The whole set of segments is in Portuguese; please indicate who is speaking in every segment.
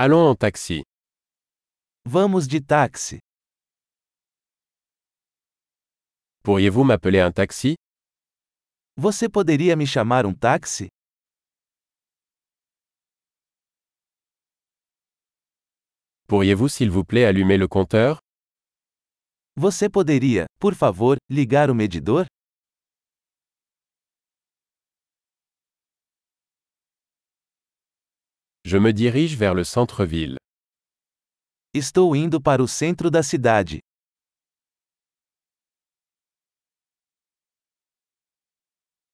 Speaker 1: Allons en taxi.
Speaker 2: Vamos de táxi.
Speaker 1: Pourriez-vous m'appeler un taxi
Speaker 2: Você poderia me chamar um táxi?
Speaker 1: Pourriez-vous s'il vous plaît allumer le compteur
Speaker 2: Você poderia, por favor, ligar o medidor?
Speaker 1: Je me dirige vers le centre-ville.
Speaker 2: Estou indo para o centro da cidade.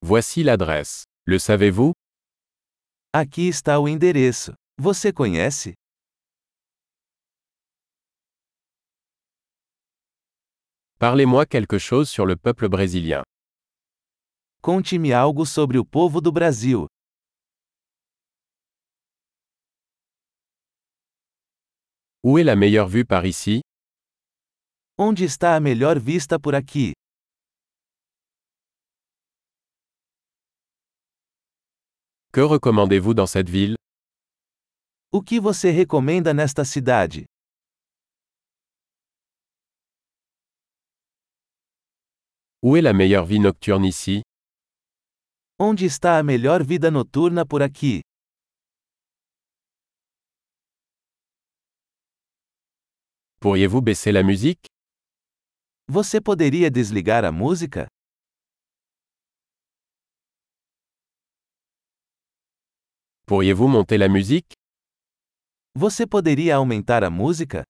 Speaker 1: Voici l'adresse. Le savez-vous
Speaker 2: Aqui está o endereço. Você conhece?
Speaker 1: Parlez-moi quelque chose sur le peuple brésilien.
Speaker 2: Conte-me algo sobre o povo do Brasil.
Speaker 1: Où est la meilleure vue par ici
Speaker 2: Onde está a melhor vista por aqui?
Speaker 1: Que recommandez-vous dans cette ville
Speaker 2: O que você recomenda nesta cidade?
Speaker 1: Où est la meilleure vie nocturne ici
Speaker 2: Onde está a melhor vida noturna por aqui?
Speaker 1: Pourriez-vous baisser la musique
Speaker 2: Você poderia desligar a música?
Speaker 1: Pourriez-vous monter la musique
Speaker 2: Você poderia aumentar a música?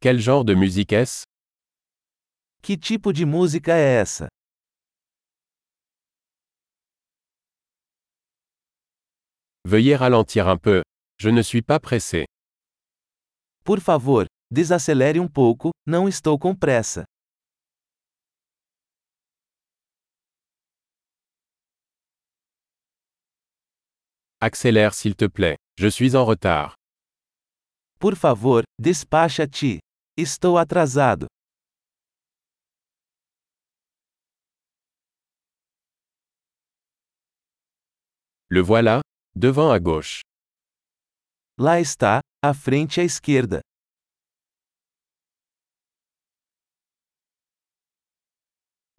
Speaker 1: Quel genre de musique est-ce
Speaker 2: Que tipo de música é essa?
Speaker 1: Veuillez ralentir un peu. Je ne suis pas pressé.
Speaker 2: Por favor, desacelere um pouco, não estou com pressa.
Speaker 1: Accélère s'il te plaît. Je suis en retard.
Speaker 2: Por favor, despacha-te. Estou atrasado.
Speaker 1: Le voilà, devant à gauche.
Speaker 2: Lá está, à frente à esquerda.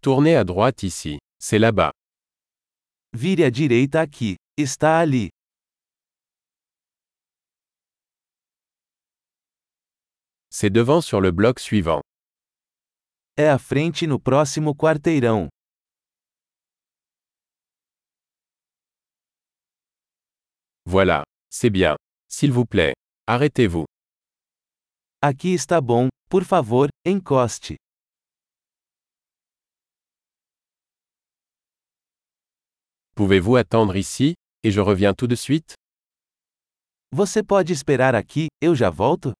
Speaker 1: Tournez à droite ici. C'est là-bas.
Speaker 2: Vire à direita aqui. Está ali.
Speaker 1: C'est devant sur le bloc suivant.
Speaker 2: É à frente no próximo quarteirão.
Speaker 1: Voilà. C'est bien. S'il vous plaît. Arrêtez-vous.
Speaker 2: Aqui está bom, por favor, encoste.
Speaker 1: Pouvez-vous attendre ici, et je reviens tout de suite
Speaker 2: Você pode esperar aqui, eu já volto?